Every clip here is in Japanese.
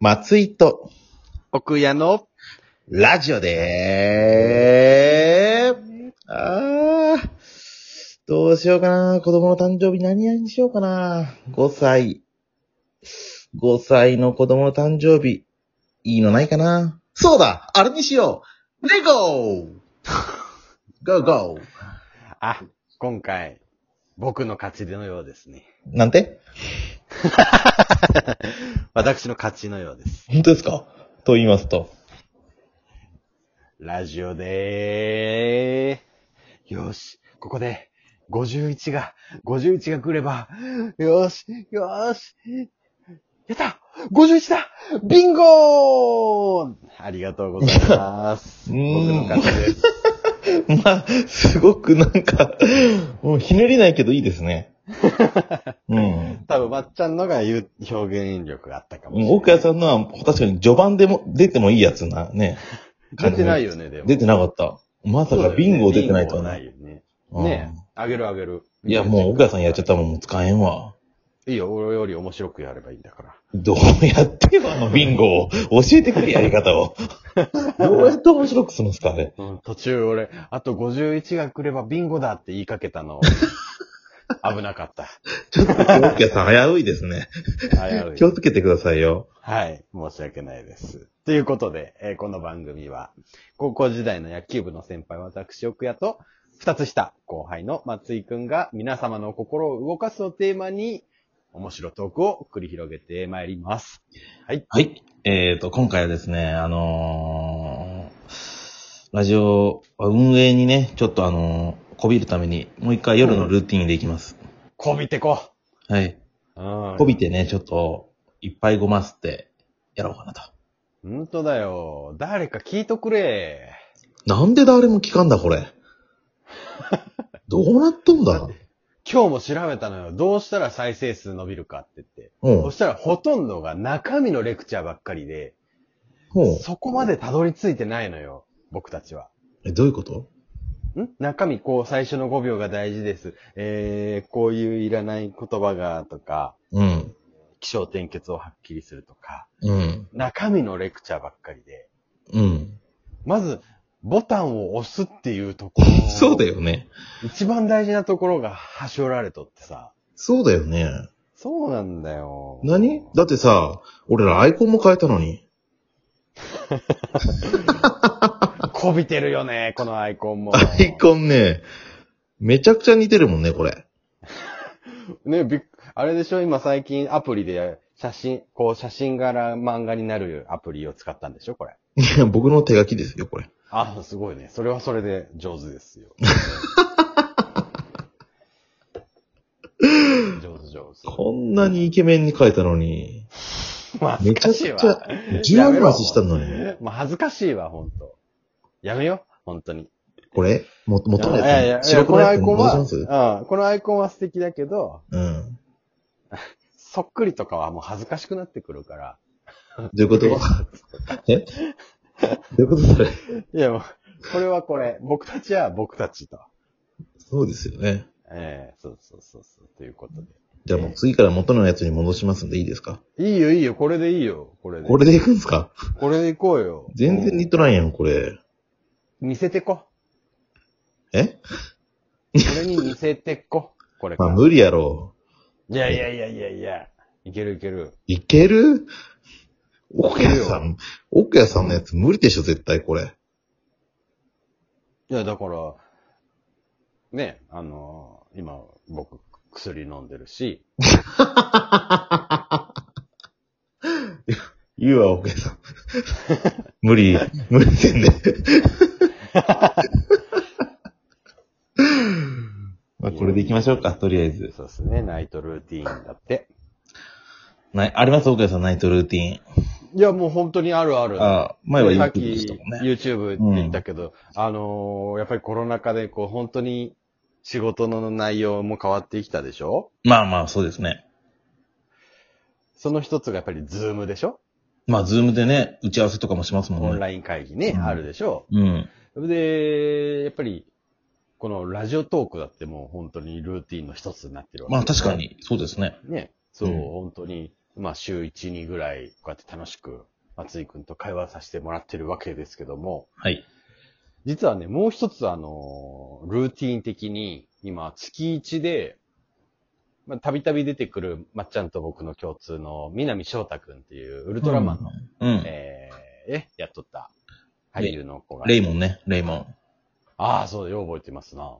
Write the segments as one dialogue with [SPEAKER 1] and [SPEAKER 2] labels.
[SPEAKER 1] 松井と
[SPEAKER 2] 奥屋の、
[SPEAKER 1] ラジオでーあー、どうしようかな。子供の誕生日何々にしようかな。5歳。5歳の子供の誕生日、いいのないかな。そうだあれにしようレゴー !Go go!
[SPEAKER 2] あ、今回、僕の勝ちのようです ね。
[SPEAKER 1] なんて
[SPEAKER 2] 私の勝ちのようです。
[SPEAKER 1] 本当ですかと言いますと。
[SPEAKER 2] ラジオでー。よし、ここで、51が、51が来れば、よし、よし、やった !51 だビンゴーありがとうございます。
[SPEAKER 1] うー
[SPEAKER 2] 僕
[SPEAKER 1] ん
[SPEAKER 2] の勝ちです。
[SPEAKER 1] まあ、すごくなんか、もうひねりないけどいいですね。 うん。
[SPEAKER 2] 多分、まっちゃんのが言う表現力があったかもしれない。
[SPEAKER 1] 奥谷さんのは、確かに序盤でも、出てもいいやつな、ね。
[SPEAKER 2] 出てないよね、でも。
[SPEAKER 1] 出てなかった。まさかビンゴ出てないと
[SPEAKER 2] ビン
[SPEAKER 1] はね。
[SPEAKER 2] ゴないよね。
[SPEAKER 1] うん
[SPEAKER 2] ねえ、あげるあげる。
[SPEAKER 1] いや、もう奥谷さんやっちゃったもん、もう使えんわ。
[SPEAKER 2] いいよ、俺より面白くやればいいんだから。
[SPEAKER 1] どうやってよ、あのビンゴを。教えてくれ、やり方を。どうやって面白くするんですか、あれ。
[SPEAKER 2] うん、途中俺、あと51が来ればビンゴだって言いかけた の。危なかった。
[SPEAKER 1] ちょっと、奥谷さん危ういですね。
[SPEAKER 2] 危
[SPEAKER 1] 気を
[SPEAKER 2] うい。
[SPEAKER 1] つけてくださいよ。
[SPEAKER 2] はい、申し訳ないです。ということで、えーこの番組は、高校時代の野球部の先輩私奥谷と、二つ下後輩の松井くんが皆様の心を動かすをテーマに、面白トークを繰り広げてまいります。はい。
[SPEAKER 1] はい。えー、と、今回はですね、あのーラジオは運営にね、ちょっとあのーこびるために、もう一回夜のルーティンでいきます。
[SPEAKER 2] こびてこ
[SPEAKER 1] はい。
[SPEAKER 2] う。うん
[SPEAKER 1] こびてね、ちょっと、いっぱいごますって、やろうかなと。
[SPEAKER 2] ほんとだよ。誰か聞いとくれ。
[SPEAKER 1] なんで誰も聞かんだ、こ れ。どうなっとんだ
[SPEAKER 2] 今日も調べたのよ。どうしたら再生数伸びるかって言って。
[SPEAKER 1] うん。
[SPEAKER 2] そしたらほとんどが中身のレクチャーばっかりで、
[SPEAKER 1] うん
[SPEAKER 2] そこまでたどり着いてないのよ。僕たちは。
[SPEAKER 1] え、どういうこと
[SPEAKER 2] ん中身、こう、最初の5秒が大事です。えー、こういういらない言葉が、とか、
[SPEAKER 1] うん。
[SPEAKER 2] 気象転結をはっきりするとか、
[SPEAKER 1] うん。
[SPEAKER 2] 中身のレクチャーばっかりで、
[SPEAKER 1] うん。。
[SPEAKER 2] まず、ボタンを押すっていうところ
[SPEAKER 1] そうだ。よね。
[SPEAKER 2] 一番大事なところが端折られとってさ。
[SPEAKER 1] そうだよね。
[SPEAKER 2] そうなんだよ。
[SPEAKER 1] 何だってさ、俺らアイコンも変えたのに。
[SPEAKER 2] こびてるよね、このアイコンも。
[SPEAKER 1] アイコンね、めちゃくちゃ似てるもんね、これ。
[SPEAKER 2] ね、びっあれでしょ今最近アプリで写真、こう写真柄漫画になるアプリを使ったんでしょこれ。
[SPEAKER 1] いや、僕の手書きですよ、これ。
[SPEAKER 2] あ、すごいね。それはそれで上手で すよ。上手上
[SPEAKER 1] こんなにイケメンに変えたのに。
[SPEAKER 2] 手。まあ、恥
[SPEAKER 1] め
[SPEAKER 2] ず
[SPEAKER 1] ちゃ
[SPEAKER 2] か
[SPEAKER 1] く
[SPEAKER 2] し
[SPEAKER 1] ち
[SPEAKER 2] い
[SPEAKER 1] ゃ
[SPEAKER 2] わ。、
[SPEAKER 1] 10万増ししたのに。
[SPEAKER 2] もう恥ずかしいわ、ほんと。やめよ、ほんとに。
[SPEAKER 1] これも、元の
[SPEAKER 2] いやいや
[SPEAKER 1] や
[SPEAKER 2] い
[SPEAKER 1] つ。
[SPEAKER 2] や、
[SPEAKER 1] 白
[SPEAKER 2] こ
[SPEAKER 1] 黒
[SPEAKER 2] の
[SPEAKER 1] の
[SPEAKER 2] ア
[SPEAKER 1] や
[SPEAKER 2] イ
[SPEAKER 1] つ
[SPEAKER 2] コン
[SPEAKER 1] 戻し
[SPEAKER 2] は、
[SPEAKER 1] ます
[SPEAKER 2] うん、このアイコンは素敵だけど、
[SPEAKER 1] うん。
[SPEAKER 2] そっくりとかはもう恥ずかしくなってくるから。
[SPEAKER 1] どういうことえどういうことそれ
[SPEAKER 2] いや、もうこれはこれ。僕たちは僕たちと。
[SPEAKER 1] そうですよね。
[SPEAKER 2] ええそうそうそうそう。ということ
[SPEAKER 1] じゃあもう次から元のやつに戻しますんでいいですか
[SPEAKER 2] で。いいよ、いいよ、これでいいよ。これで。
[SPEAKER 1] これでいくんすか
[SPEAKER 2] これでいこうよ。
[SPEAKER 1] 全然似とないやん、これ。
[SPEAKER 2] うん似せてこ。
[SPEAKER 1] え
[SPEAKER 2] これに似せてこ。これ か
[SPEAKER 1] まあ
[SPEAKER 2] ら。
[SPEAKER 1] 無理やろ。
[SPEAKER 2] いやいやいやいやいや。いけるいける。
[SPEAKER 1] いける奥屋さん、奥屋さんのやつ無理でしょ、絶対これ。
[SPEAKER 2] いや、だから、ね、あのー今、僕、薬飲んでるし、
[SPEAKER 1] 言うわ、奥屋さん。無理、無理せん で。まあこれでいきましょうか、とりあえず。
[SPEAKER 2] そうですね、ナイトルーティーンだって。
[SPEAKER 1] ない、あります奥谷さん、ナイトルーティン。
[SPEAKER 2] いや、もう本当にあるある。
[SPEAKER 1] ああ、前は
[SPEAKER 2] さ
[SPEAKER 1] YouTube
[SPEAKER 2] っき
[SPEAKER 1] でしたもんね。
[SPEAKER 2] YouTube って言ったけど、あのーやっぱりコロナ禍で、こう、本当に仕事の内容も変わってきたでしょ
[SPEAKER 1] まあまあ、そうですね。
[SPEAKER 2] その一つがやっぱり Zoom でしょ
[SPEAKER 1] まあ、ズームでね、打ち合わせとかもします
[SPEAKER 2] オ
[SPEAKER 1] もん
[SPEAKER 2] ン
[SPEAKER 1] ね。
[SPEAKER 2] ライン会議ね、
[SPEAKER 1] うん
[SPEAKER 2] あるでしょ
[SPEAKER 1] うん。
[SPEAKER 2] で、やっぱり、このラジオトークだってもう本当にルーティンの一つになってるわけ
[SPEAKER 1] まあ、確か。に、そうですね。
[SPEAKER 2] ね。そう、
[SPEAKER 1] うん
[SPEAKER 2] 本当に、まあ週1、2ぐらい、こうやって楽しく松井くんと会話させてもらってるわけですけども、
[SPEAKER 1] はい。
[SPEAKER 2] 実はね、もう一つあの、ルーティン的に、今、月1で、まあ、たびたび出てくる、まっちゃんと僕の共通の、南翔太くんっていう、ウルトラマンの、
[SPEAKER 1] うん。うん。
[SPEAKER 2] えーえ、やっとった、俳優の子が。
[SPEAKER 1] レイモンね、レイモン。
[SPEAKER 2] ああ、そう、よう覚えてますな。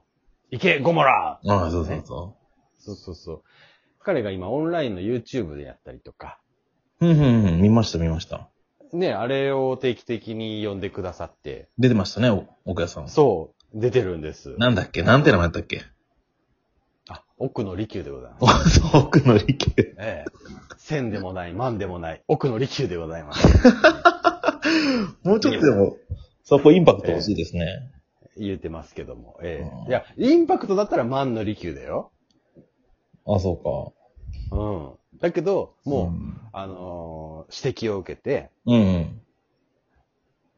[SPEAKER 2] いけ、ゴモラ
[SPEAKER 1] ああ、そうそうそ
[SPEAKER 2] そうそうそう。彼が今、オンラインの YouTube でやったりとか、
[SPEAKER 1] う。うん、うん、うん。見ました、見ました。
[SPEAKER 2] ね、あれを定期的に呼んでくださって、
[SPEAKER 1] 出てましたね、お奥屋さん。
[SPEAKER 2] そう、出てるんです。
[SPEAKER 1] なんだっけなんて名前だったっけ
[SPEAKER 2] あ、奥の利休でございます。
[SPEAKER 1] おそう奥の利休。
[SPEAKER 2] ええ。千でもない、万でもない、奥の利休でございます。
[SPEAKER 1] もうちょっとでも、そこインパクト欲しいですね。
[SPEAKER 2] 言ってますけども。え
[SPEAKER 1] うん
[SPEAKER 2] え。いや、インパクトだったら万の利休だよ。
[SPEAKER 1] あ、そう
[SPEAKER 2] うん。だけど、
[SPEAKER 1] か。
[SPEAKER 2] もう、あのー指摘を受けて、
[SPEAKER 1] うん。うん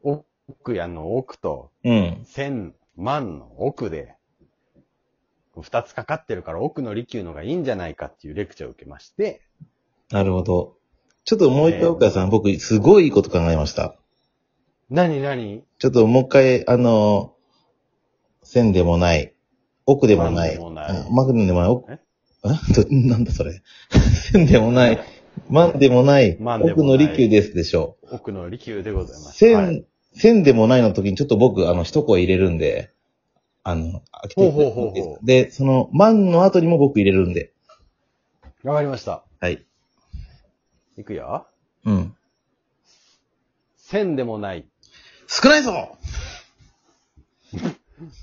[SPEAKER 2] 奥屋の奥と、
[SPEAKER 1] うん。うん。
[SPEAKER 2] 千、万の奥で、二つかかってるから奥の利休のがいいんじゃないかっていうレクチャーを受けまして、
[SPEAKER 1] なるほど。ちょっともう一回岡谷さん、僕、すごいいいこと考えました。
[SPEAKER 2] 何何
[SPEAKER 1] ちょっともう一回、あの、線でもない、奥でもない、
[SPEAKER 2] マグでもない
[SPEAKER 1] うんマグでもない、奥
[SPEAKER 2] え
[SPEAKER 1] え どなんだそれ。線でもない、万でもない、
[SPEAKER 2] 万でも
[SPEAKER 1] 奥
[SPEAKER 2] ない
[SPEAKER 1] の利休ですでしょ
[SPEAKER 2] 奥の利休でございます。
[SPEAKER 1] 線、
[SPEAKER 2] はい
[SPEAKER 1] 線でもないの時にちょっと僕、あの、一声入れるんで、あの、開けていただいていいです
[SPEAKER 2] ほうほうほうほ
[SPEAKER 1] かで、その、万の後にも僕入れるんで、
[SPEAKER 2] わかりました。
[SPEAKER 1] はい。
[SPEAKER 2] いくよ。
[SPEAKER 1] うん。
[SPEAKER 2] 千でもない、
[SPEAKER 1] 少ないぞ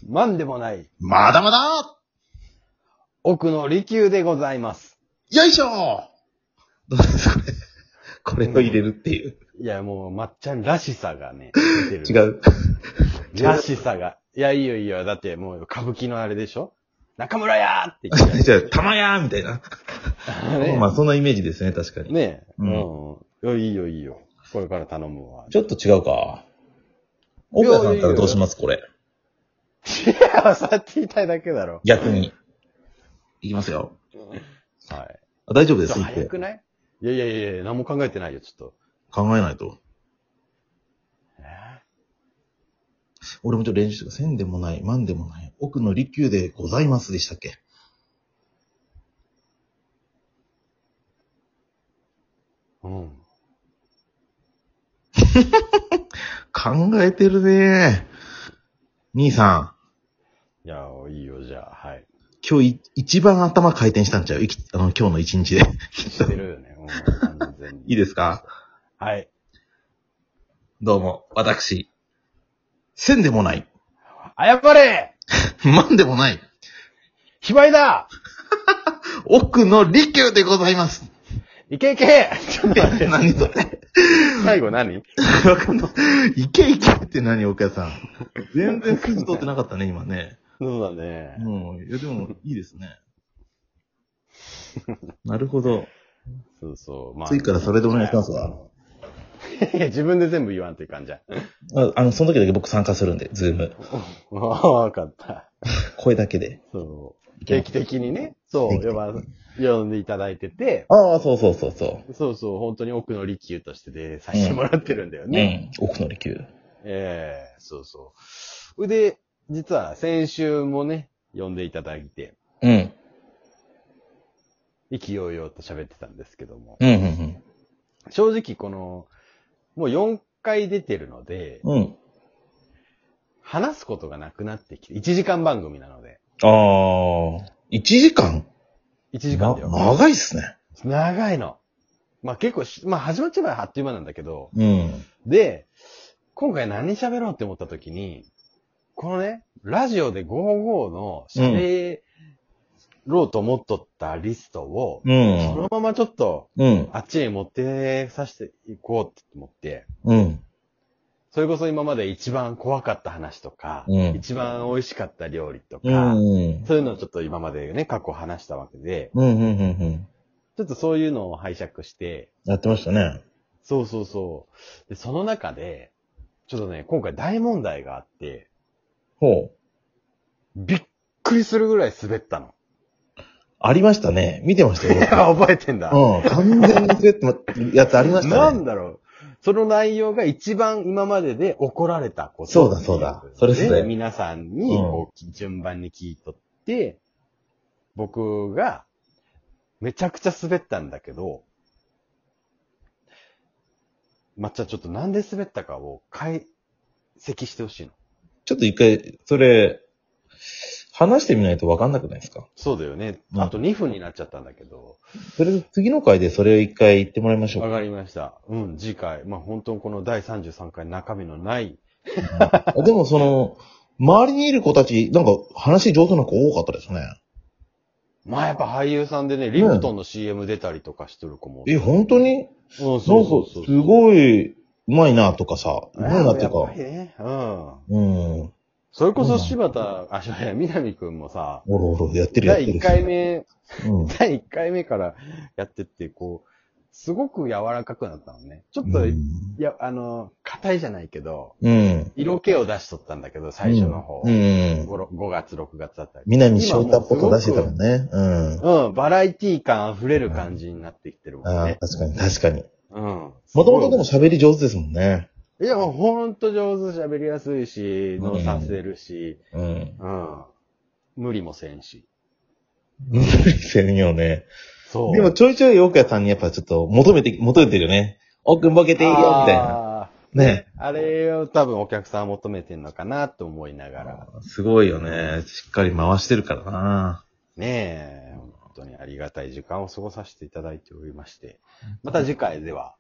[SPEAKER 2] 万でもない、
[SPEAKER 1] まだまだ
[SPEAKER 2] 奥の利休でございます。
[SPEAKER 1] よいしょどうですかねこれを入れるっていう。
[SPEAKER 2] いや、もう、まっちゃんらしさがね、出て
[SPEAKER 1] 違
[SPEAKER 2] る。
[SPEAKER 1] う。
[SPEAKER 2] らしさが。いや、いいよいいよ。だって、もう、歌舞伎のあれでしょ中村やーって言 っ
[SPEAKER 1] じゃあ、たまやーみたいな。
[SPEAKER 2] たね。
[SPEAKER 1] まあ、そんなイメージですね、確かに。
[SPEAKER 2] ねえ。
[SPEAKER 1] う
[SPEAKER 2] うんん。いや、いいよいいよ。これから頼むわ。
[SPEAKER 1] ちょっと違うか。奥田さんだったらどうしますこれ。
[SPEAKER 2] いや、さって言いたいだけだろ。
[SPEAKER 1] 逆に。いきますよ。
[SPEAKER 2] はい。
[SPEAKER 1] あ大丈夫で
[SPEAKER 2] ち
[SPEAKER 1] す
[SPEAKER 2] ょっと
[SPEAKER 1] 一
[SPEAKER 2] 早
[SPEAKER 1] 個
[SPEAKER 2] くないいやいやいやいや、何も考えてないよ、ちょっと。
[SPEAKER 1] 考えないと。
[SPEAKER 2] え
[SPEAKER 1] 俺もちょっと練習とか、千でもない、万でもない、奥の利休でございますでしたっけ
[SPEAKER 2] ーうん。
[SPEAKER 1] 考えてるね兄さ
[SPEAKER 2] いや、いいよ、じゃあ、はい。
[SPEAKER 1] ん、今日い一番頭回転したんちゃういきあの、今日の一日で。
[SPEAKER 2] してるよ ね。うん、完全
[SPEAKER 1] い
[SPEAKER 2] に。
[SPEAKER 1] いですか
[SPEAKER 2] はい。
[SPEAKER 1] どうも、私。千でもない、
[SPEAKER 2] 謝れ
[SPEAKER 1] 万でもない、
[SPEAKER 2] 卑猥だ
[SPEAKER 1] 奥の利休でございます。
[SPEAKER 2] いけいけちょっと待って。
[SPEAKER 1] 何それ
[SPEAKER 2] 最後何
[SPEAKER 1] わかんない。いけいけって何、岡谷さん。全然筋通ってなかったね、今ね。
[SPEAKER 2] そうだね。
[SPEAKER 1] うん。いや、でも、いいです ね。なるほど。
[SPEAKER 2] そうそう。ま
[SPEAKER 1] 次からそれでお願いしますわ。
[SPEAKER 2] いや、自分で全部言わんという感じや。
[SPEAKER 1] ああの、その時だけ僕参加するんで、ズーム。
[SPEAKER 2] わかった。
[SPEAKER 1] 声だけで。
[SPEAKER 2] そう。定期的にね、そう、呼ば、呼んでいただいてて、
[SPEAKER 1] ああ、そうそうそうそ
[SPEAKER 2] そうそう、本当に奥の利休としてで、させてもらってるんだよ
[SPEAKER 1] う。
[SPEAKER 2] ね。
[SPEAKER 1] うん。奥の利休。
[SPEAKER 2] ええそうそう。それで、実は先週もね、呼んでいただいて、
[SPEAKER 1] うん。
[SPEAKER 2] 意気揚々と喋ってたんですけども、
[SPEAKER 1] うん、うん、
[SPEAKER 2] 正直この、もう4回出てるので、
[SPEAKER 1] うん。うん。
[SPEAKER 2] 話すことがなくなってきて、1時間番組なので、
[SPEAKER 1] ああ、1時間
[SPEAKER 2] 1時間だよ。
[SPEAKER 1] な長いっすね。
[SPEAKER 2] 長いの。まあ結構し、まあ始まっちゃえばあっという間なんだけど、
[SPEAKER 1] うん。
[SPEAKER 2] で、今回何喋ろうって思った時に、このね、ラジオで55の喋ろうと思っとったリストを、
[SPEAKER 1] う
[SPEAKER 2] そ
[SPEAKER 1] ん。
[SPEAKER 2] のままちょっと
[SPEAKER 1] うん。
[SPEAKER 2] あっちに持ってさせていこうって思って、
[SPEAKER 1] うん。
[SPEAKER 2] それこそ今まで一番怖かった話とか、
[SPEAKER 1] うん
[SPEAKER 2] 一番美味しかった料理とか、
[SPEAKER 1] うん。
[SPEAKER 2] そういうのをちょっと今までね、過去話したわけで、
[SPEAKER 1] うん、うん、うん、うん。
[SPEAKER 2] ちょっとそういうのを拝借して、
[SPEAKER 1] やってましたね。
[SPEAKER 2] そうそうそう。で、その中で、ちょっとね、今回大問題があって、
[SPEAKER 1] ほう。
[SPEAKER 2] びっくりするぐらい滑ったの。
[SPEAKER 1] ありましたね。見てましたよ。
[SPEAKER 2] あ 覚えてんだ。
[SPEAKER 1] うん。完全に忘れてまやつありました
[SPEAKER 2] な
[SPEAKER 1] ね
[SPEAKER 2] ん。だろう。その内容が一番今までで怒られたこと。
[SPEAKER 1] そうだそうだそれそれ
[SPEAKER 2] で皆さんに、こう、順番に聞いとって、僕が、めちゃくちゃ滑ったんだけど、まっちゃんちょっとなんで滑ったかを解析してほしいの。
[SPEAKER 1] ちょっと一回、それ、話してみないとわかんなくないですか
[SPEAKER 2] そうだよね。
[SPEAKER 1] うん
[SPEAKER 2] あと2分になっちゃったんだけど。
[SPEAKER 1] それ、次の回でそれを一回言ってもらいましょ
[SPEAKER 2] わ
[SPEAKER 1] う
[SPEAKER 2] かりました。うん、次回。まあ、本当にこの第33回中身のない。
[SPEAKER 1] か。でもその、周りにいる子たち、なんか話上手な子多かったですね。
[SPEAKER 2] まあ、やっぱ俳優さんでね、リプトンの CM 出たりとかしてる子も。
[SPEAKER 1] え、本当に
[SPEAKER 2] そう
[SPEAKER 1] な
[SPEAKER 2] そ
[SPEAKER 1] ん
[SPEAKER 2] う
[SPEAKER 1] か
[SPEAKER 2] そう、そう。
[SPEAKER 1] すごい、うまいなとかさ、う
[SPEAKER 2] あ
[SPEAKER 1] ま
[SPEAKER 2] あ
[SPEAKER 1] いなっていう
[SPEAKER 2] やっぱ
[SPEAKER 1] か
[SPEAKER 2] り、ね。うん。
[SPEAKER 1] うん。
[SPEAKER 2] それこ
[SPEAKER 1] そう
[SPEAKER 2] そ
[SPEAKER 1] なんだ
[SPEAKER 2] 柴田、あ、柴田、南くんもさ、
[SPEAKER 1] おろおろ、やってるやって
[SPEAKER 2] 第
[SPEAKER 1] る。
[SPEAKER 2] 1回。目、
[SPEAKER 1] うん。
[SPEAKER 2] 第1回目からやってって、こう、すごく柔らかくなったのね。ちょっと、
[SPEAKER 1] う
[SPEAKER 2] い
[SPEAKER 1] ん
[SPEAKER 2] や、あの、硬いじゃないけど、
[SPEAKER 1] うん。
[SPEAKER 2] 色気を出しとったんだけど、最初の方。
[SPEAKER 1] うんうん。
[SPEAKER 2] 5, 月、6月だったり。
[SPEAKER 1] 南翔太っぽさ出してたもんね。うん。
[SPEAKER 2] うん、バラエティ感溢れる感じになってきてるもん
[SPEAKER 1] ああ、
[SPEAKER 2] ね。
[SPEAKER 1] 確かに、確かに。
[SPEAKER 2] うん。も
[SPEAKER 1] もともとでも喋り上手ですもんね。
[SPEAKER 2] いや、もうほんと上手喋りやすいし、のさせるし、
[SPEAKER 1] うん。
[SPEAKER 2] うん。無理もせんし。
[SPEAKER 1] 無理せんよね。
[SPEAKER 2] そ
[SPEAKER 1] でもちょいちょい岡谷さんにやっぱちょっと求めて、求めてるよね。奥ボケていいよ、みたいな。
[SPEAKER 2] あー
[SPEAKER 1] ね。
[SPEAKER 2] あれを多分お客さん求めてんのかなと思いながら。
[SPEAKER 1] すごいよね。しっかり回してるからな。
[SPEAKER 2] ねえ、本当にありがたい時間を過ごさせていただいておりまして。また次回では、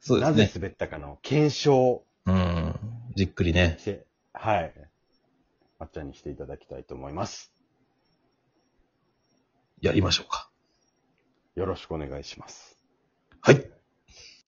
[SPEAKER 1] そうで
[SPEAKER 2] な
[SPEAKER 1] す
[SPEAKER 2] ぜ
[SPEAKER 1] ね。
[SPEAKER 2] 滑ったかの検証
[SPEAKER 1] うん。じっくりね。
[SPEAKER 2] して、はい。まっちゃんにしていただきたいと思います。
[SPEAKER 1] やりましょうか。
[SPEAKER 2] よろしくお願いします。
[SPEAKER 1] はい。